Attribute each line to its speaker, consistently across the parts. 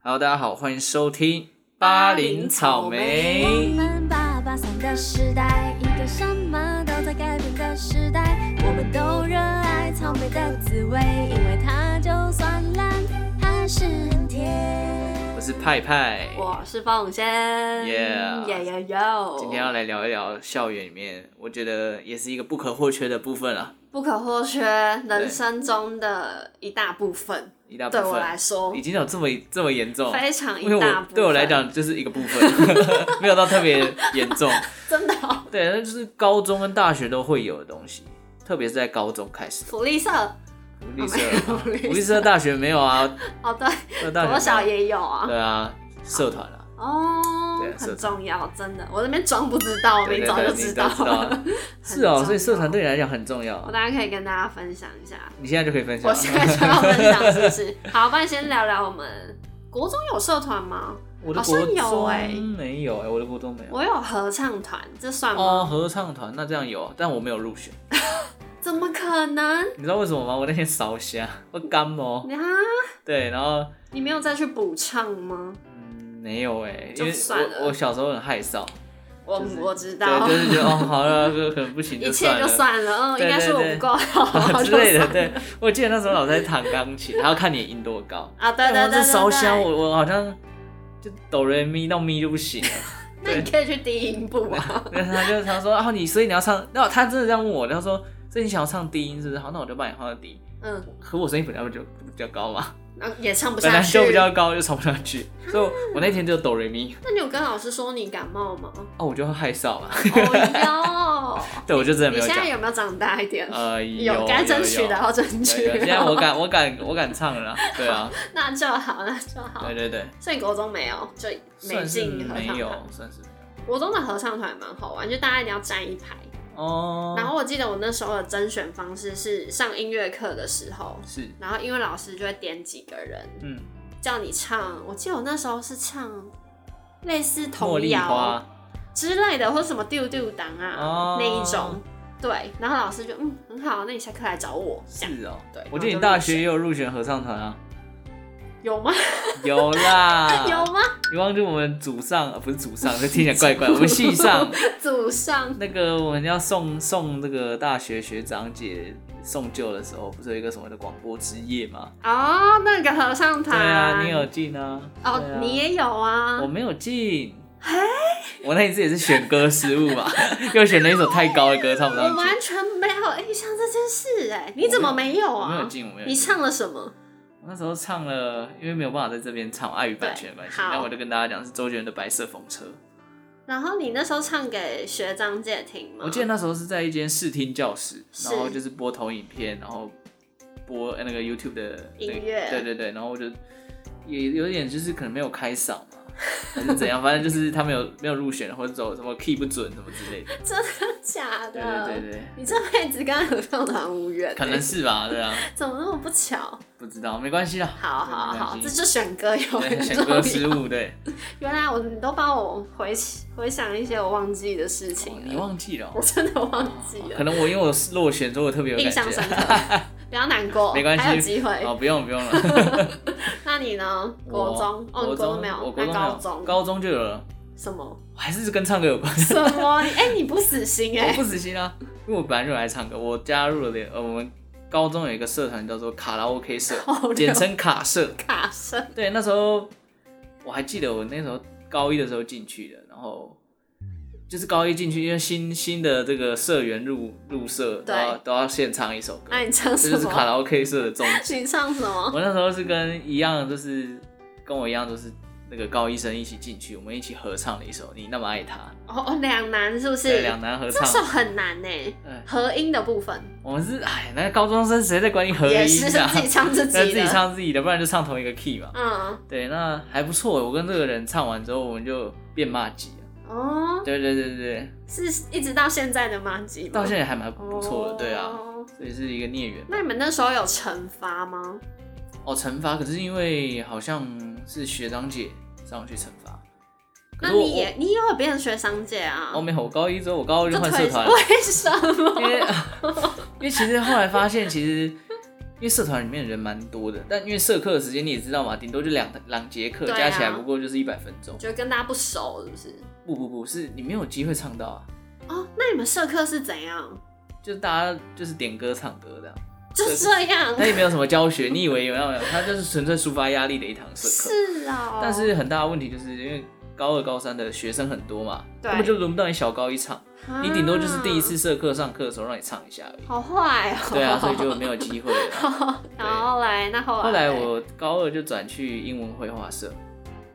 Speaker 1: Hello，大家好，欢迎收听
Speaker 2: 巴
Speaker 1: 巴
Speaker 2: 林
Speaker 1: 林
Speaker 2: 草
Speaker 1: 草
Speaker 2: 莓
Speaker 1: 莓。
Speaker 3: 我们八八三的时代，一个什么都在改变的时代，我们都热爱草莓的滋味，因为它就算烂，还是很甜。
Speaker 1: 我是派派，
Speaker 2: 我是方永先
Speaker 1: Yeah
Speaker 2: 耶耶哟！
Speaker 1: 今天要来聊一聊校园里面，我觉得也是一个不可或缺的部分啊，
Speaker 2: 不可或缺，人生中的一大部分，
Speaker 1: 一大部
Speaker 2: 对
Speaker 1: 分。
Speaker 2: 我来说
Speaker 1: 已经有这么这么严重，
Speaker 2: 非常一
Speaker 1: 哦因为
Speaker 2: 大
Speaker 1: 我
Speaker 2: 部分。
Speaker 1: 对我来，讲就是一个部 分，没有到特别严重。
Speaker 2: 真的哦、
Speaker 1: 对，那就是高中跟大学都会有的东西，特别是在高中开始。
Speaker 2: 福利社
Speaker 1: 福利社
Speaker 2: 没有， 福利社
Speaker 1: 福利社大学没有啊，
Speaker 2: 哦，对，
Speaker 1: 那大学没有
Speaker 2: 国小也有啊。
Speaker 1: 对啊，社团啊，
Speaker 2: 哦
Speaker 1: 对，社
Speaker 2: 很
Speaker 1: 团
Speaker 2: 重要，真的。我那边装不知道，我
Speaker 1: 对
Speaker 2: 明
Speaker 1: 对
Speaker 2: 早
Speaker 1: 对，
Speaker 2: 就
Speaker 1: 你
Speaker 2: 知
Speaker 1: 都
Speaker 2: 道
Speaker 1: 知道啊
Speaker 2: 了。。
Speaker 1: 是哦，
Speaker 2: 很重要
Speaker 1: 所以社团对你来讲很重要
Speaker 2: 我。大家可以跟大家分享一下，
Speaker 1: 你现在就可以分享
Speaker 2: 我
Speaker 1: 了。
Speaker 2: 现在 就要分享，是不是？好，不然先聊聊我们国中有社团吗？
Speaker 1: 我的
Speaker 2: 好像
Speaker 1: 国
Speaker 2: 有欸
Speaker 1: 中没有哎，我的国中没有。
Speaker 2: 我有合唱团，这算吗？
Speaker 1: 哦，合唱团那这样有，但我没有入选。
Speaker 2: 怎么可能
Speaker 1: 你知道为什么吗？我那天烧香， 我感冒，
Speaker 2: 啊？
Speaker 1: 对，然后
Speaker 2: 你没有再去补唱吗？
Speaker 1: 嗯没有哎，因
Speaker 2: 就
Speaker 1: 为
Speaker 2: 算了
Speaker 1: 我我小时候很害臊，
Speaker 2: 我
Speaker 1: 就是
Speaker 2: 我知道
Speaker 1: 对，，就是觉得哦，好了，这个可能不 行，
Speaker 2: 一切
Speaker 1: 算
Speaker 2: 就
Speaker 1: 了。
Speaker 2: 算了，嗯，
Speaker 1: 对
Speaker 2: 应该是我
Speaker 1: 对
Speaker 2: 不够 好
Speaker 1: 之类的，
Speaker 2: 就算
Speaker 1: 对，我记得那时候老师在弹钢琴，然后看你音多高，
Speaker 2: 啊，对对
Speaker 1: 但
Speaker 2: 对
Speaker 1: 我这
Speaker 2: 对
Speaker 1: 烧香，
Speaker 2: 对，
Speaker 1: 我我好像就哆来咪到咪就不行了。
Speaker 2: 那你可以去低音部啊，
Speaker 1: 那他就他说，啊，你所以你要唱，那他真的这样问我，他说，所以你想要唱低音是不是？好，那我就帮你换到低音。
Speaker 2: 嗯，
Speaker 1: 可我声音本来就比较高嘛，
Speaker 2: 然后也唱不
Speaker 1: 本
Speaker 2: 下
Speaker 1: 来
Speaker 2: 去
Speaker 1: 就。比较高，就唱不上去，所以我我那天就哆来咪，
Speaker 2: 那你有跟老师说你感冒 吗？
Speaker 1: 哦，我就害臊 嘛，
Speaker 2: 哦
Speaker 1: 对，我就真的
Speaker 2: 哟，
Speaker 1: 没
Speaker 2: 你
Speaker 1: 有
Speaker 2: 现
Speaker 1: 讲
Speaker 2: 在。有没有长大一点？
Speaker 1: 呃，有
Speaker 2: 有该争取的
Speaker 1: 有
Speaker 2: 要争 取
Speaker 1: 对有，现在我敢，我敢，我敢唱了啦，对啊，
Speaker 2: 那就好，那就好
Speaker 1: 对。对对，
Speaker 2: 所以国中没有，就没
Speaker 1: 算是
Speaker 2: 进合
Speaker 1: 没
Speaker 2: 唱
Speaker 1: 有
Speaker 2: 团。，
Speaker 1: 算是没有。
Speaker 2: 国中的合唱团蛮好玩，就大家一定要站一排。
Speaker 1: 哦，
Speaker 2: 然后我记得我那时候的甄选方式是上音乐课的时候，
Speaker 1: 是，
Speaker 2: 然后因为老师就会点几个人
Speaker 1: 嗯，
Speaker 2: 叫你唱，我记得我那时候是唱类似
Speaker 1: 茉
Speaker 2: 童
Speaker 1: 莉
Speaker 2: 谣
Speaker 1: 花，
Speaker 2: 之类的，或者什么丢丢档啊、
Speaker 1: 哦
Speaker 2: 那一种。对，然后老师就嗯很好，那你下课来找我，这样
Speaker 1: 是哦，
Speaker 2: 对
Speaker 1: 我记得
Speaker 2: 然后就
Speaker 1: 你大
Speaker 2: 入选
Speaker 1: 学也有入选合唱团啊，
Speaker 2: 有吗？
Speaker 1: 有啦，
Speaker 2: 有吗？
Speaker 1: 你忘记我们祖上，呃不是祖上，这听起来怪怪。我们系 上
Speaker 2: 祖上
Speaker 1: 那个我们要送送这个大学学长姐送旧的时候，不是有一个什么的广播之夜吗？
Speaker 2: 哦，那个合唱
Speaker 1: 对
Speaker 2: 团，
Speaker 1: 啊，你有进啊？
Speaker 2: 哦，
Speaker 1: 对啊
Speaker 2: 你也有啊
Speaker 1: 我，没有进。我那一次也是选歌失误吧， 又选了一首太高的歌，唱不上
Speaker 2: 我
Speaker 1: 去。
Speaker 2: 完全没有印象这件事哎，你怎么没有
Speaker 1: 我没有
Speaker 2: 啊？
Speaker 1: 进，我没有进。
Speaker 2: 你唱了什么？
Speaker 1: 我那时候唱了，因为没有办法在这边唱，碍于版权的关系，
Speaker 2: 对好
Speaker 1: 那我就跟大家讲是周杰伦的《白色风车》。
Speaker 2: 然后你那时候唱给学长姐听吗？
Speaker 1: 我记得那时候是在一间视听教室，
Speaker 2: 是
Speaker 1: 然后就是播投影片，然后播呃那个 YouTube 的那个
Speaker 2: 音乐
Speaker 1: 对对对，然后我就也有点就是可能没有开嗓嘛，还是怎样，反正就是他们有没有入选，或者走什么 key 不准什么之类的，
Speaker 2: 嗯假的，
Speaker 1: 对对对对，
Speaker 2: 你这辈子跟合唱团无缘欸，
Speaker 1: 可能是吧，对啊，
Speaker 2: 怎么那么不巧？
Speaker 1: 不知道，没关系啦，
Speaker 2: 好好
Speaker 1: 没关
Speaker 2: 好，
Speaker 1: 系
Speaker 2: 这就选歌有
Speaker 1: 对，
Speaker 2: 很
Speaker 1: 选
Speaker 2: 重要
Speaker 1: 歌。失误，对，
Speaker 2: 原来我你都帮我回起回想一些我忘记的事
Speaker 1: 哦
Speaker 2: 情
Speaker 1: 你
Speaker 2: 了，
Speaker 1: 忘记了哦
Speaker 2: 我，真的忘记
Speaker 1: 可
Speaker 2: 了，
Speaker 1: 能我因为我落选，所以我特别有
Speaker 2: 印
Speaker 1: 感
Speaker 2: 象
Speaker 1: 觉
Speaker 2: 深。 刻。不要难过，
Speaker 1: 没关系
Speaker 2: 还有机会。
Speaker 1: 哦，不用不用了。
Speaker 2: 那你呢？ 国中，
Speaker 1: 我
Speaker 2: 哦，你国中没有，
Speaker 1: 我国中
Speaker 2: 那
Speaker 1: 没
Speaker 2: 高
Speaker 1: 有
Speaker 2: 中，
Speaker 1: 高中就有了，
Speaker 2: 什么？
Speaker 1: 我还是跟唱歌有关。
Speaker 2: 什么？你哎、你不死心哎、
Speaker 1: 我不死心啊，因为我本来就很爱唱歌，我加入了联呃我们高中有一个社团叫做卡拉 OK 社
Speaker 2: 好，溜
Speaker 1: 简称卡社。
Speaker 2: 卡声
Speaker 1: 对，那时候我还记得我那时候高一的时候进去的，然后。就是高一进去，因为新新的这个社员入入社，都
Speaker 2: 对
Speaker 1: 要都要现唱一首歌
Speaker 2: 那、，你唱
Speaker 1: 这
Speaker 2: 哎什
Speaker 1: 就是卡
Speaker 2: 么？
Speaker 1: 拉 OK 社的宗旨。
Speaker 2: 你唱什么？
Speaker 1: 我那时候是跟一样，就是跟我一样，就是那个高一生一起进去，我们一起合唱了一首《你那么爱他》，
Speaker 2: 哦哦，两难是不
Speaker 1: 对，
Speaker 2: 是？
Speaker 1: 两男合
Speaker 2: 这首
Speaker 1: 唱。
Speaker 2: 很难呢，
Speaker 1: 对，
Speaker 2: 合音的部分
Speaker 1: 我们是哎，那高中生谁在管你合
Speaker 2: 也
Speaker 1: 音
Speaker 2: 是是
Speaker 1: 啊？
Speaker 2: 自己 唱自己
Speaker 1: 那
Speaker 2: 的，
Speaker 1: 自己唱自己的，不然就唱同一个 key 嘛。
Speaker 2: 嗯，
Speaker 1: 对，那还不错。我跟这个人唱完之后，我们就变骂级了。
Speaker 2: 哦，
Speaker 1: 对对对对，
Speaker 2: 是一直到现在的吗？吉吗
Speaker 1: 到现在还蛮不错的。对啊，
Speaker 2: 哦
Speaker 1: 所以是一个孽缘。
Speaker 2: 那你们那时候有惩罚吗？
Speaker 1: 哦，惩罚可是因为好像是学长姐上去惩罚，可
Speaker 2: 那
Speaker 1: 是我
Speaker 2: 你也你也有变成学长姐啊？
Speaker 1: 我哦没有，我高一之后我高二就
Speaker 2: 就
Speaker 1: 换
Speaker 2: 退
Speaker 1: 社团了。
Speaker 2: 为什么？
Speaker 1: 因为因为其实后来发现，其实因为社团里面人蛮多的，但因为社课的时间你也知道嘛，顶多就两两节课，
Speaker 2: 对啊
Speaker 1: 加起来不过就是一百分钟。
Speaker 2: 觉得跟大家不熟是不是？
Speaker 1: 不不不，是你没有机会唱到啊，
Speaker 2: 哦，那你们社课是怎样？
Speaker 1: 就是大家就是点歌唱歌 这样，
Speaker 2: 就
Speaker 1: 社哎
Speaker 2: 这样
Speaker 1: 他，也没有什么教学，你以为有没有？他就是纯粹抒发压力的一堂社课。
Speaker 2: 是啊、
Speaker 1: 但是很大的问题就是因为高二高三的学生很多嘛，
Speaker 2: 对
Speaker 1: 根本就轮不到你小高一唱，
Speaker 2: 啊
Speaker 1: 你顶多就是第一，次社课上课的时候让你唱一下而已。
Speaker 2: 好坏哦。
Speaker 1: 对啊，所以 就没有机会了。
Speaker 2: 然后来，那后来，
Speaker 1: 后来我高二就转去英文绘画社，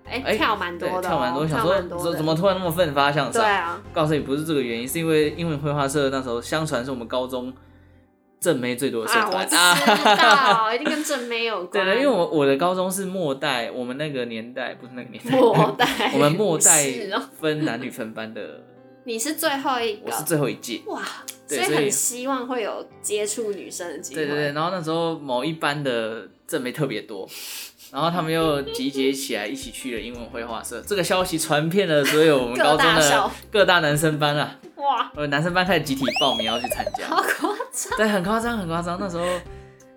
Speaker 2: 哎、
Speaker 1: 哎
Speaker 2: 跳蛮多的哦、
Speaker 1: 对，跳蛮多。想
Speaker 2: 跳
Speaker 1: 说
Speaker 2: 蛮多
Speaker 1: 怎
Speaker 2: 的
Speaker 1: 怎么？突然那么奋发向
Speaker 2: 对
Speaker 1: 上？
Speaker 2: 啊，
Speaker 1: 告诉你不是这个原因，是因为英文绘画社那时候相传是我们高中正妹最多的社
Speaker 2: 啊，我
Speaker 1: 团
Speaker 2: 知道，一定跟正妹有
Speaker 1: 对
Speaker 2: 关。
Speaker 1: 的，因为我我的高中是末代，我们那个年代不是那个年代，，
Speaker 2: 末代
Speaker 1: 我们末代
Speaker 2: 是哦，
Speaker 1: 分男女分班的，
Speaker 2: 你是最后一
Speaker 1: 我是
Speaker 2: 个，
Speaker 1: 最后一届。
Speaker 2: 哇，所
Speaker 1: 对
Speaker 2: 以
Speaker 1: 所以
Speaker 2: 很希望会有接触女生的机会。
Speaker 1: 对对对，然后那时候某一班的正妹特别多， 然后他们又集结起来一起去了英文绘画社。这个消息传遍了所有我们
Speaker 2: 各
Speaker 1: 高中
Speaker 2: 大
Speaker 1: 的
Speaker 2: 校
Speaker 1: 各大男生班啊，
Speaker 2: 哇，
Speaker 1: 呃，男生班开始集体报名要去参加，
Speaker 2: 好夸 张！
Speaker 1: 对，很夸张，很夸张。那时候，
Speaker 2: 哦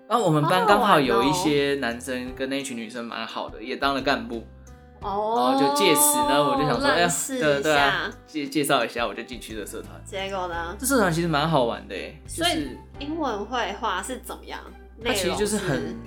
Speaker 1: 啊，我们班
Speaker 2: 好好玩
Speaker 1: 刚好有
Speaker 2: 哦
Speaker 1: 一些男生跟那一群女生蛮好的，也当了干部，
Speaker 2: 哦
Speaker 1: 然后就借此呢，我就想说，哎
Speaker 2: 认
Speaker 1: 呀，
Speaker 2: 识
Speaker 1: 对
Speaker 2: 哦一
Speaker 1: 对
Speaker 2: 下
Speaker 1: 啊，，介介绍一下，我就进去这社团。
Speaker 2: 结果呢，
Speaker 1: 这社团其实蛮好玩的耶，就
Speaker 2: 所以
Speaker 1: 是
Speaker 2: 英文绘画是怎么样？
Speaker 1: 它
Speaker 2: 内
Speaker 1: 其实
Speaker 2: 容
Speaker 1: 就是很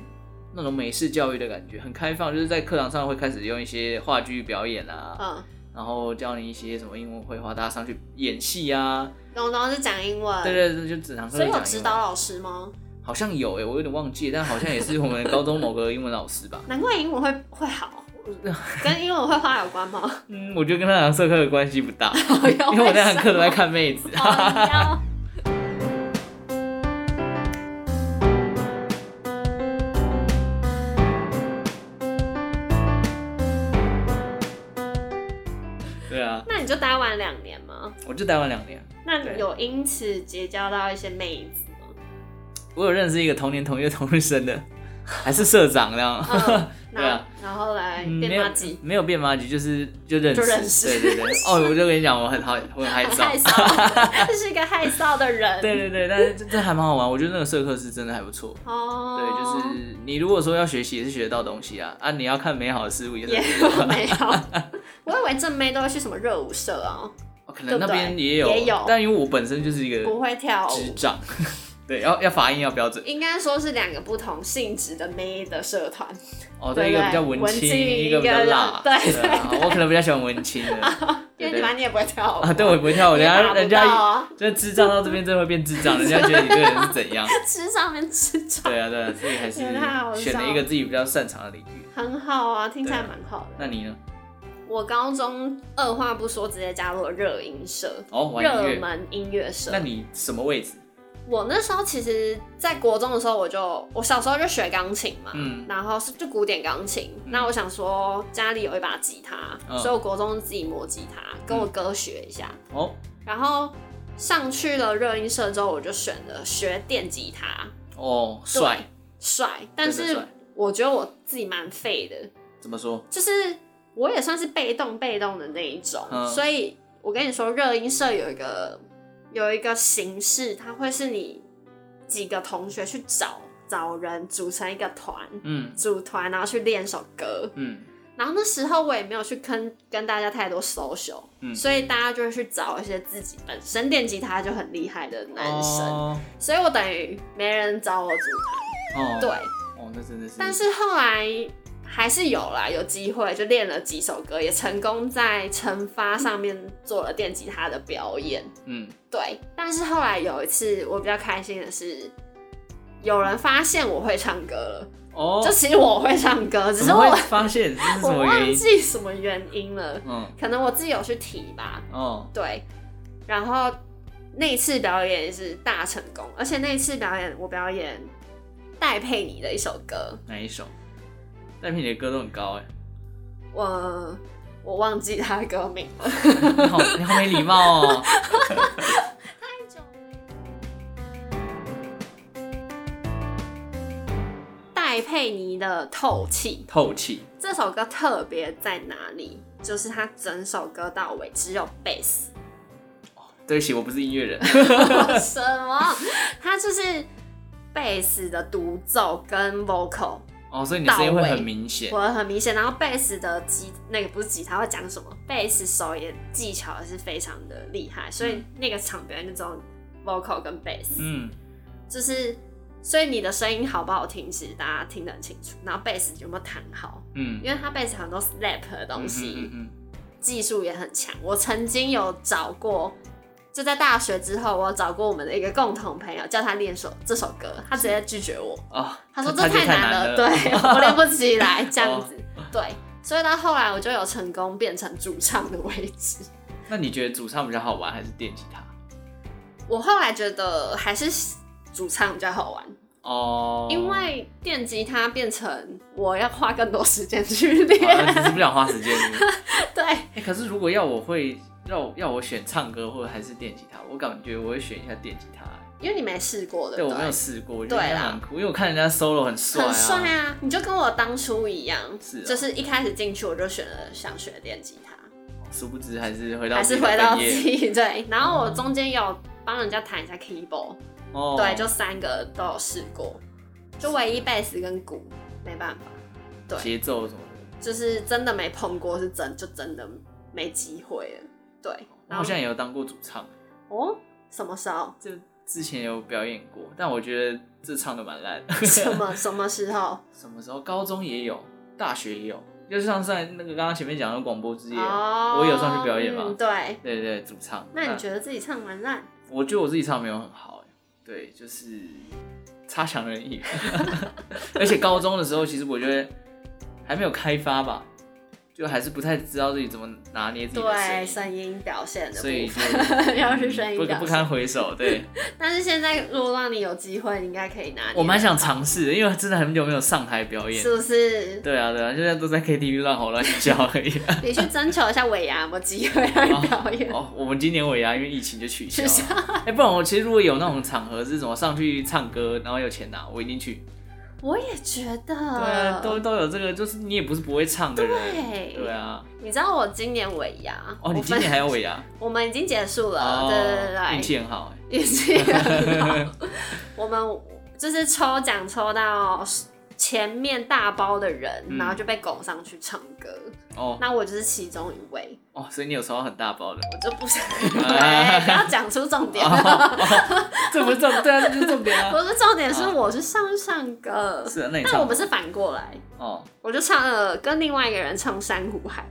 Speaker 1: 那种美式教育的感觉，很开放，就是在课堂上会开始用一些话剧表演啊，
Speaker 2: 嗯，
Speaker 1: 然后教你一些什么英文绘画，大家上去演戏啊，
Speaker 2: 然后然后是讲英文，
Speaker 1: 对对对，就整堂课
Speaker 2: 啊所以
Speaker 1: 都
Speaker 2: 有
Speaker 1: 讲
Speaker 2: 指
Speaker 1: 英
Speaker 2: 导
Speaker 1: 文。
Speaker 2: 老师吗？
Speaker 1: 好像有哎，我有点忘记，但好像也是我们高中某个英文老 师吧。
Speaker 2: 难怪英文会 会好，跟英文绘画有关吗？
Speaker 1: 嗯，我觉得跟那堂社课的关系不 大，因
Speaker 2: 因
Speaker 1: 为我那堂课都在看妹子。
Speaker 2: 哦
Speaker 1: 对啊，
Speaker 2: 那你就待完两年吗？
Speaker 1: 我就待完两年，
Speaker 2: 那
Speaker 1: 对
Speaker 2: 你有因此结交到一些妹子 吗？
Speaker 1: 我有认识一个同年同月同日生的，还是社长那样。
Speaker 2: 嗯，
Speaker 1: 对啊
Speaker 2: 然后然后来
Speaker 1: 嗯没
Speaker 2: 变
Speaker 1: 有
Speaker 2: 妈鸡，
Speaker 1: 没有变妈吉，就是就认识，
Speaker 2: 就认识
Speaker 1: 对对对。哦，我就跟你讲，我很好，我 很害
Speaker 2: 很
Speaker 1: 臊
Speaker 2: 害。臊，这是一个害臊的人。
Speaker 1: 对对对，但是这这还蛮好玩，我觉得那个社课是真的还不错。
Speaker 2: 哦，
Speaker 1: 对，就是你如果说要学习，也是学得到东西啊啊！你要看美好的事物也是
Speaker 2: 也没有。我以为正妹都会去什么热舞社啊，
Speaker 1: 哦可
Speaker 2: 对
Speaker 1: 能那
Speaker 2: 不对
Speaker 1: 边也有，
Speaker 2: 也有
Speaker 1: 但因为我本身就是一个
Speaker 2: 不会跳
Speaker 1: 智
Speaker 2: 舞，
Speaker 1: 障，对，要要发音要标准。
Speaker 2: 应该说是两个不同性质的妹的社团。
Speaker 1: 哦，
Speaker 2: 对
Speaker 1: 对，一个
Speaker 2: 对
Speaker 1: 比较文
Speaker 2: 文
Speaker 1: 青，
Speaker 2: 青
Speaker 1: 一个比较辣，
Speaker 2: 一个对
Speaker 1: 啊我可能比较喜欢文青的， 对
Speaker 2: 因为你
Speaker 1: 对
Speaker 2: 反正你也不会跳舞
Speaker 1: 啊，对我也不会跳舞，
Speaker 2: 你
Speaker 1: 人
Speaker 2: 也
Speaker 1: 家
Speaker 2: 达不
Speaker 1: 人
Speaker 2: 到
Speaker 1: 家
Speaker 2: 啊，
Speaker 1: 这智障到这边真的会变智障，人家觉得你这个人是怎样？
Speaker 2: 吃上面吃上
Speaker 1: 对啊，对啊，所以还是
Speaker 2: 也 太好笑
Speaker 1: 选了一个自己比较擅长的领域。
Speaker 2: 很好啊，听起来
Speaker 1: 对
Speaker 2: 蛮好的。
Speaker 1: 那你呢？
Speaker 2: 我高中二话不说直接加入了热音社，
Speaker 1: 哦，玩音
Speaker 2: 热
Speaker 1: 乐，
Speaker 2: 门音乐社
Speaker 1: 那。你什么位置？
Speaker 2: 我那时候其实，在国中的时候，我就我小时候就学钢琴嘛，
Speaker 1: 嗯
Speaker 2: 然后是就古典钢琴。那我想说家里有一把吉他，
Speaker 1: 嗯
Speaker 2: 所以我国中自己摸吉他，跟我哥学一下。
Speaker 1: 哦
Speaker 2: 然后上去了热音社之后，我就选了学电吉他，
Speaker 1: 哦，帅，
Speaker 2: 帅，但
Speaker 1: 真的
Speaker 2: 是
Speaker 1: 帅
Speaker 2: 我觉得我自己蛮废的，
Speaker 1: 怎么说？
Speaker 2: 就是我也算是被动被动的那一种，
Speaker 1: 嗯
Speaker 2: 所以我跟你说，热音社有一个有一个形式，它会是你几个同学去找找人组成一个团，
Speaker 1: 嗯
Speaker 2: 组团然后去练首歌。
Speaker 1: 嗯
Speaker 2: 然后那时候我也没有去跟跟大家太多 social，、
Speaker 1: 嗯
Speaker 2: 所以大家就会去找一些自己本身电吉他就很厉害的男生，
Speaker 1: 哦
Speaker 2: 所以我等于没人找我组
Speaker 1: 哦
Speaker 2: 团，对。
Speaker 1: 哦，那真的是，
Speaker 2: 但是后来还是有啦，有机会就练了几首歌，也成功在惩罚上面做了电吉他的表演。
Speaker 1: 嗯
Speaker 2: 对，但是后来有一次我比较开心的是，有人发现我会唱歌了。
Speaker 1: 哦
Speaker 2: 就，其实我会唱歌，只
Speaker 1: 怎
Speaker 2: 是
Speaker 1: 么
Speaker 2: 我
Speaker 1: 会发现这是什
Speaker 2: 我
Speaker 1: 么原
Speaker 2: 忘
Speaker 1: 因？
Speaker 2: 记什么原因了，
Speaker 1: 嗯
Speaker 2: 可能我自己有去提吧。
Speaker 1: 哦
Speaker 2: 对，然后那次表演也是大成功，而且那次表演我表演戴佩妮的一首歌，
Speaker 1: 哪一首？戴佩妮的歌都很高哎，
Speaker 2: 我我忘记他的歌名了。
Speaker 1: 你好，你好没礼貌哦。
Speaker 2: 戴佩妮的《透气
Speaker 1: 透气，》
Speaker 2: 这首歌特别在哪里？就是它整首歌到尾只有贝斯，
Speaker 1: 对不起，我不是音乐人。
Speaker 2: 什么？它就是贝斯的独奏跟 vocal，
Speaker 1: 哦，所以你的声音会
Speaker 2: 到位
Speaker 1: 很明显
Speaker 2: 我。很明显。然后贝斯的吉那个不是吉他会讲什么，贝斯手也技巧也是非常的厉害，所以那个场表演就只有 vocal 跟贝斯，
Speaker 1: 嗯，
Speaker 2: 就是所以你的声音好不好听，其实大家听得很清楚。然后贝斯有没有弹好，
Speaker 1: 嗯，
Speaker 2: 因为它贝斯很多 slap 的东西，
Speaker 1: 嗯嗯
Speaker 2: 技术也很强。我曾经有找过，就在大学之后，我有找过我们的一个共同朋友，叫他练首这首歌，他直接拒绝我，
Speaker 1: 嗯哦，
Speaker 2: 他说
Speaker 1: 他
Speaker 2: 这
Speaker 1: 觉得
Speaker 2: 太
Speaker 1: 太
Speaker 2: 难
Speaker 1: 难
Speaker 2: 了，
Speaker 1: 了 哦
Speaker 2: 对我练不起来，这样子，对。所以到后来，我就有成功变成主唱的位置。
Speaker 1: 那你觉得主唱比较好玩还是电吉他？
Speaker 2: 我后来觉得还是主唱比较好玩，
Speaker 1: 哦，
Speaker 2: 因为电吉他变成我要花更多时间去
Speaker 1: 啊只
Speaker 2: 练。
Speaker 1: 是不想花时间。
Speaker 2: 对，
Speaker 1: 哎，可是如果要我会要我要我选唱歌或者还是电吉他，我感觉我会选一下电吉他。哎
Speaker 2: 因为你没试过，对
Speaker 1: 对，
Speaker 2: 不
Speaker 1: 我
Speaker 2: 对？
Speaker 1: 没有试过，我觉得
Speaker 2: 对
Speaker 1: 应该
Speaker 2: 啦
Speaker 1: 蛮酷，因为我看人家 solo 很帅啊。
Speaker 2: 很帅啊！你就跟我当初一样，
Speaker 1: 是啊
Speaker 2: 就是一开始进去我就选了想学电吉他，
Speaker 1: 殊不知还是回到
Speaker 2: 还是
Speaker 1: 自己的
Speaker 2: 回到
Speaker 1: 本
Speaker 2: 自
Speaker 1: 业
Speaker 2: 己对。然后我中间有帮人家弹一下 keyboard，、
Speaker 1: 哦，
Speaker 2: 对，就三个都有试过，就唯一贝斯跟鼓没办法，对
Speaker 1: 节奏什么的。
Speaker 2: 就是真的没碰过，是真就真的没机会了，对。
Speaker 1: 我
Speaker 2: 然
Speaker 1: 好
Speaker 2: 后
Speaker 1: 像也有当过主唱，
Speaker 2: 哦，什么 时候？
Speaker 1: 就之前有表演过，但我觉得这唱的蛮烂 的。
Speaker 2: 什么什么时候？
Speaker 1: 什么时候？高中也有，大学也有，就是像在那个刚刚前面讲的广播之夜，
Speaker 2: 哦，
Speaker 1: 啊我也有上去表演嘛嗯
Speaker 2: 嗯对。
Speaker 1: 对对对，主唱。
Speaker 2: 那你觉得自己唱完烂？
Speaker 1: 我觉得我自己唱没有很好、欸，对，就是差强人意。 而且高中的时候，其实我觉得还没有开发吧，就还是不太知道自己怎么拿捏自己的
Speaker 2: 对，
Speaker 1: 声音，
Speaker 2: 声音表现的
Speaker 1: 所以
Speaker 2: 部
Speaker 1: 就
Speaker 2: 分， 要是声音
Speaker 1: 不
Speaker 2: 表现
Speaker 1: 不堪回首。 对，
Speaker 2: 但是现在如果让你有机会，你应该可以拿捏。
Speaker 1: 我蛮想尝试的，因为真的很久没有上台表演。
Speaker 2: 是不是？
Speaker 1: 对啊，对啊，现在都在 KTV 乱吼乱叫而 已。
Speaker 2: 你去征求一下尾牙有没有机会让你表演？
Speaker 1: 哦，我们今年尾牙因为疫情就取消
Speaker 2: 取消
Speaker 1: 了。哎、不然我其实如果有那种场合是什么上去唱歌，然后有钱拿，我一定去。
Speaker 2: 我也觉得，
Speaker 1: 对啊，都都有这个，就是你也不是不会唱的人。
Speaker 2: 对
Speaker 1: 对啊，
Speaker 2: 你知道我今年尾牙，
Speaker 1: 哦，你今年还有尾牙？
Speaker 2: 我们我们已经结束了，
Speaker 1: 哦，
Speaker 2: 呃对对对
Speaker 1: 运
Speaker 2: 对
Speaker 1: 气很好哎。
Speaker 2: 对，运气很好。我们就是抽奖抽到前面大包的人，
Speaker 1: 嗯
Speaker 2: 然后就被拱上去唱歌，
Speaker 1: 哦
Speaker 2: 那我就是其中一位，
Speaker 1: 哦，所以你有抽到很大包的。
Speaker 2: 我就不想， 对，不要讲出重点
Speaker 1: 哦，。哦这不是重，对啊，这就是重点啊。
Speaker 2: 不是重点，是我是上上歌，
Speaker 1: 是啊，那你
Speaker 2: 但我
Speaker 1: 唱
Speaker 2: 们是反过来，
Speaker 1: 哦
Speaker 2: 我就唱了跟另外一个人唱《珊瑚海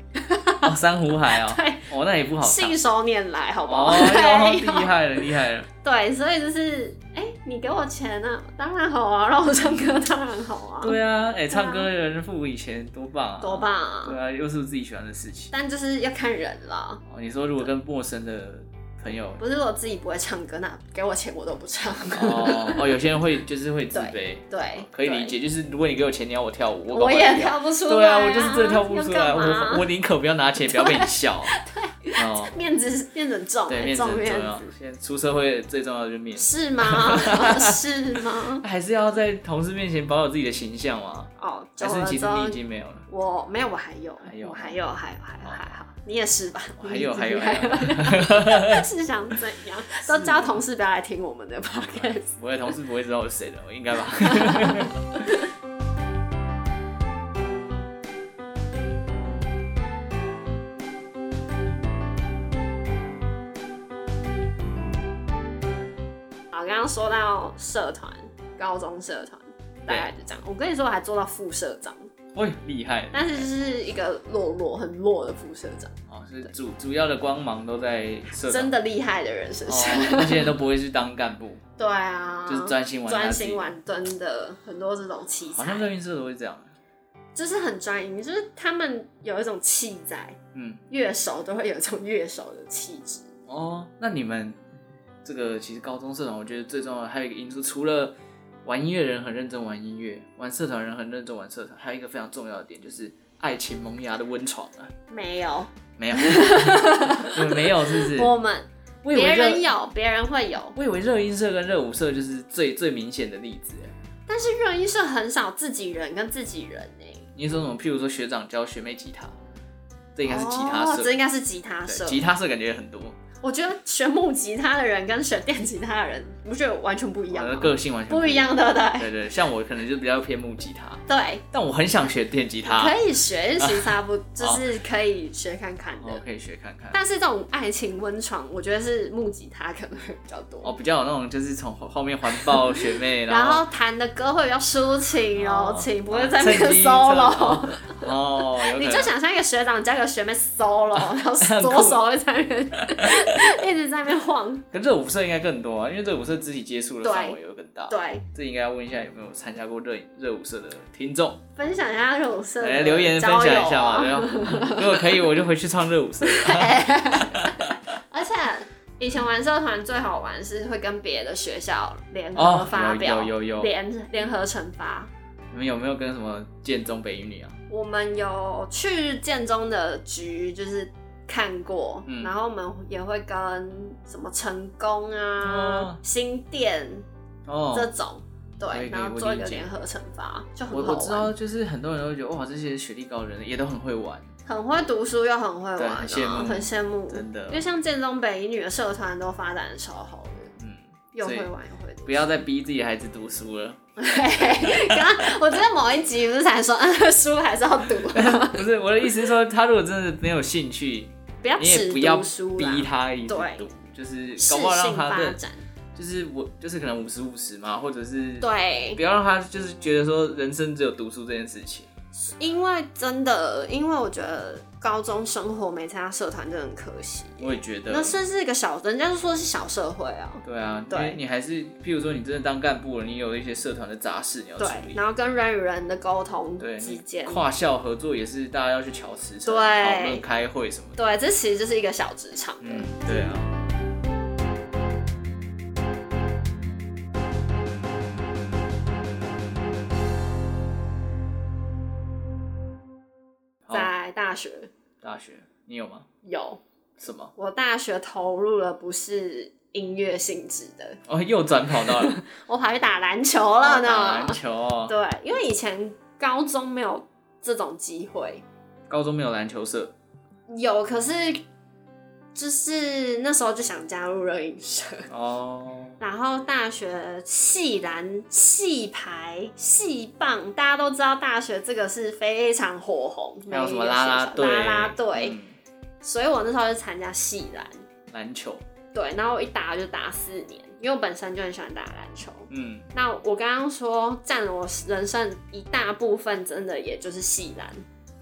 Speaker 1: 哦，珊瑚海哦
Speaker 2: 对，
Speaker 1: 哦，那也不》，好唱
Speaker 2: 信。手拈来，好不好？
Speaker 1: 哦哟，
Speaker 2: 对啊
Speaker 1: 厉害了，厉害了。
Speaker 2: 对，所以就是，哎、你给我钱呢、啊，当然好啊，让我唱歌当然好啊，
Speaker 1: 对啊，哎，唱歌的人付以前多棒啊！
Speaker 2: 多棒！啊！
Speaker 1: 对啊，又是自己喜欢的事情。
Speaker 2: 但就是要看人啦，
Speaker 1: 哦，你说如果跟陌生的朋友，
Speaker 2: 不是我自己不会唱歌，那给我钱我都 不唱。
Speaker 1: 哦哦，有些人会就是会自卑
Speaker 2: 对。对，
Speaker 1: 可以理解，就是如果你给我钱，你要我跳舞，
Speaker 2: 对。
Speaker 1: 搞
Speaker 2: 我
Speaker 1: 不好
Speaker 2: 也
Speaker 1: 跳。
Speaker 2: 跳不出来、
Speaker 1: 对啊，我就是真的跳不出来，
Speaker 2: 要干嘛
Speaker 1: 我我宁可不要拿钱，不要被你 笑。对， 哦，
Speaker 2: 面子面子很重、
Speaker 1: 对，
Speaker 2: 哎
Speaker 1: 面子
Speaker 2: 重
Speaker 1: 很
Speaker 2: 面
Speaker 1: 重要
Speaker 2: 子。
Speaker 1: 现在出社会最重要的就是面子，
Speaker 2: 是 吗？是吗？
Speaker 1: 还是要在同事面前保有自己的形象嘛？
Speaker 2: 哦，久
Speaker 1: 还是
Speaker 2: 了
Speaker 1: 其
Speaker 2: 之
Speaker 1: 实
Speaker 2: 后
Speaker 1: 你已经没有了？
Speaker 2: 我没有，我还有，
Speaker 1: 还有
Speaker 2: 我还有，还有，还有，
Speaker 1: 哦
Speaker 2: 还好，你也是吧？
Speaker 1: 我还有
Speaker 2: 你
Speaker 1: 还有还
Speaker 2: 还
Speaker 1: 有，
Speaker 2: 有， 是想怎样？ 都叫同事不要来听我们的 podcast。
Speaker 1: 我的同事不会知道我是谁的，我应该吧？
Speaker 2: 好，刚刚说到社团，高中社团，大概就这样。我跟你说，我还做到副社长，
Speaker 1: 喂，厉害！
Speaker 2: 但是就是一个落落很落的副社长，
Speaker 1: 哦，是主主要的光芒都在社
Speaker 2: 真
Speaker 1: 的，
Speaker 2: 的厉害的人身
Speaker 1: 哦
Speaker 2: 上。
Speaker 1: 那些人都不会去当干部，
Speaker 2: 对啊，
Speaker 1: 就是专心玩他
Speaker 2: 专
Speaker 1: 自己
Speaker 2: 心玩，真的很多这种奇
Speaker 1: 好像乐
Speaker 2: 才，
Speaker 1: 音社都会这样。
Speaker 2: 就是很专一，就是他们有一种气在。
Speaker 1: 嗯，
Speaker 2: 乐手都会有一种乐手的气质。
Speaker 1: 哦，那你们这个其实高中社团，我觉得最重要的还有一个因素，除了玩音乐的人很认真玩音乐，玩社团的人很认真玩社团，还有一个非常重要的点就是爱情萌芽的温床啊，
Speaker 2: 没有，
Speaker 1: 没 有，你们没有是不是？
Speaker 2: 我们
Speaker 1: 我以
Speaker 2: 别
Speaker 1: 为
Speaker 2: 人
Speaker 1: 热，
Speaker 2: 有，别人会有，
Speaker 1: 我以为热音社跟热舞社就是最最明显的例子欸耶。
Speaker 2: 但是热音社很少自己人跟自己人哎、
Speaker 1: 你说什么？譬如说学长教学妹吉他，这应该是吉他
Speaker 2: 哦
Speaker 1: 社，
Speaker 2: 这应该是吉他
Speaker 1: 对
Speaker 2: 社。
Speaker 1: 吉他社感觉也很多。
Speaker 2: 我觉得学木吉他的人跟学电吉他的人你不觉得完全不一
Speaker 1: 我
Speaker 2: 样
Speaker 1: 的
Speaker 2: 吗？
Speaker 1: 个性完全
Speaker 2: 不一。样，对不对？
Speaker 1: 对对，像我可能就比较偏木吉他，
Speaker 2: 对，
Speaker 1: 但我很想学电吉他，
Speaker 2: 可以学，其实差不就是可以学看看
Speaker 1: 哦我
Speaker 2: 的。
Speaker 1: 可以学看看。
Speaker 2: 但是这种爱情温床，我觉得是木吉他可能会比较多。
Speaker 1: 哦，比较有那种就是从后后面环抱学 妹，
Speaker 2: 然
Speaker 1: 后
Speaker 2: 后弹的歌会比较抒情柔情，不会在那
Speaker 1: 哦趁
Speaker 2: 边
Speaker 1: 机
Speaker 2: solo。
Speaker 1: 趁哦，有可能
Speaker 2: 你就想象一个学长加个学 妹 solo，然后
Speaker 1: 很酷
Speaker 2: 左手会在那边一直在那边晃。
Speaker 1: 跟热舞社应该更多啊，因为热舞社肢体接触的范围又更大。，
Speaker 2: 对，
Speaker 1: 这应该要问一下有没有参加过热热舞社的听众，
Speaker 2: 分享一下这种社
Speaker 1: 来留言
Speaker 2: 啊
Speaker 1: 分享一下嘛，对 吧？如果可以，我就回去唱热舞社。
Speaker 2: 而且以前玩社团最好玩是会跟别的学校联合
Speaker 1: 哦
Speaker 2: 发
Speaker 1: 有
Speaker 2: 表，
Speaker 1: 有有有
Speaker 2: 联联合惩罚。
Speaker 1: 你们有没有跟什么建中北一女啊？
Speaker 2: 我们有去建中的局，就是看过，
Speaker 1: 嗯
Speaker 2: 然后我们也会跟什么成功啊、
Speaker 1: 哦
Speaker 2: 新店
Speaker 1: 哦，
Speaker 2: 这种，
Speaker 1: 可以可
Speaker 2: 对，
Speaker 1: 以
Speaker 2: 然后做一
Speaker 1: 我
Speaker 2: 个
Speaker 1: 理解
Speaker 2: 联合惩罚，就
Speaker 1: 我
Speaker 2: 很好
Speaker 1: 我知道，
Speaker 2: 玩。
Speaker 1: 就是很多人都觉得哇，这些学历高的人也都很会玩，
Speaker 2: 很会读书又很会玩、
Speaker 1: 对
Speaker 2: 啊，
Speaker 1: 很羡慕
Speaker 2: 很羡慕，
Speaker 1: 真的
Speaker 2: 因为像建中北一女的社团都发展的超好的，
Speaker 1: 嗯，
Speaker 2: 又
Speaker 1: 所以
Speaker 2: 会玩又会读。
Speaker 1: 不要再逼自己的孩子读书了。
Speaker 2: 对，刚刚我记得某一集不是才说， 嗯，书还是要 读，
Speaker 1: 不是我的意思是说，他如果真的没有兴趣，
Speaker 2: 不要
Speaker 1: 你也
Speaker 2: 只
Speaker 1: 不要
Speaker 2: 读书啦，
Speaker 1: 逼他一直
Speaker 2: 对
Speaker 1: 读，就是
Speaker 2: 适
Speaker 1: 搞不好让
Speaker 2: 性
Speaker 1: 他
Speaker 2: 发
Speaker 1: 的
Speaker 2: 展。
Speaker 1: 就是我就是可能五十五十嘛，或者是
Speaker 2: 对
Speaker 1: 不，要让他就是觉得说人生只有读书这件事情。
Speaker 2: 因为真的，因为我觉得高中生活没参加社团真的很可惜。
Speaker 1: 我也觉得
Speaker 2: 那，甚至一个小，人家就说是小社会啊，
Speaker 1: 对啊，因
Speaker 2: 对
Speaker 1: 为你还是，譬如说你真的当干部了，你有一些社团的杂事你要处
Speaker 2: 对，
Speaker 1: 理，
Speaker 2: 然后跟人与人的沟通
Speaker 1: 对，
Speaker 2: 之
Speaker 1: 你
Speaker 2: 间，
Speaker 1: 跨校合作也是大家要去乔池城
Speaker 2: 对
Speaker 1: 讨论、开会什么的。
Speaker 2: 对，这其实就是一个小职场的。
Speaker 1: 嗯，对啊。好，
Speaker 2: 在大学
Speaker 1: 大学你有吗？
Speaker 2: 有，
Speaker 1: 什么？
Speaker 2: 我大学投入了不是音乐性质的，
Speaker 1: 哦，又转跑 道了，
Speaker 2: 我跑去打篮球了
Speaker 1: 哦打篮
Speaker 2: 呢。
Speaker 1: 球哦。
Speaker 2: 对，因为以前高中没有这种机会，
Speaker 1: 高中没有篮球社，
Speaker 2: 有，可是就是那时候就想加入热音社。
Speaker 1: 哦，
Speaker 2: 然后大学系篮、系排、系棒，大家都知道大学这个是非常火红，
Speaker 1: 还有什么
Speaker 2: 每一个
Speaker 1: 啦啦
Speaker 2: 学校
Speaker 1: 队、
Speaker 2: 啦啦队，
Speaker 1: 嗯
Speaker 2: 所以我那时候就参加系篮，
Speaker 1: 篮球，
Speaker 2: 对，然后我一打就打四年，因为我本身就很喜欢打篮球。
Speaker 1: 嗯，
Speaker 2: 那我刚刚说占了我人生一大部分，真的也就是系篮，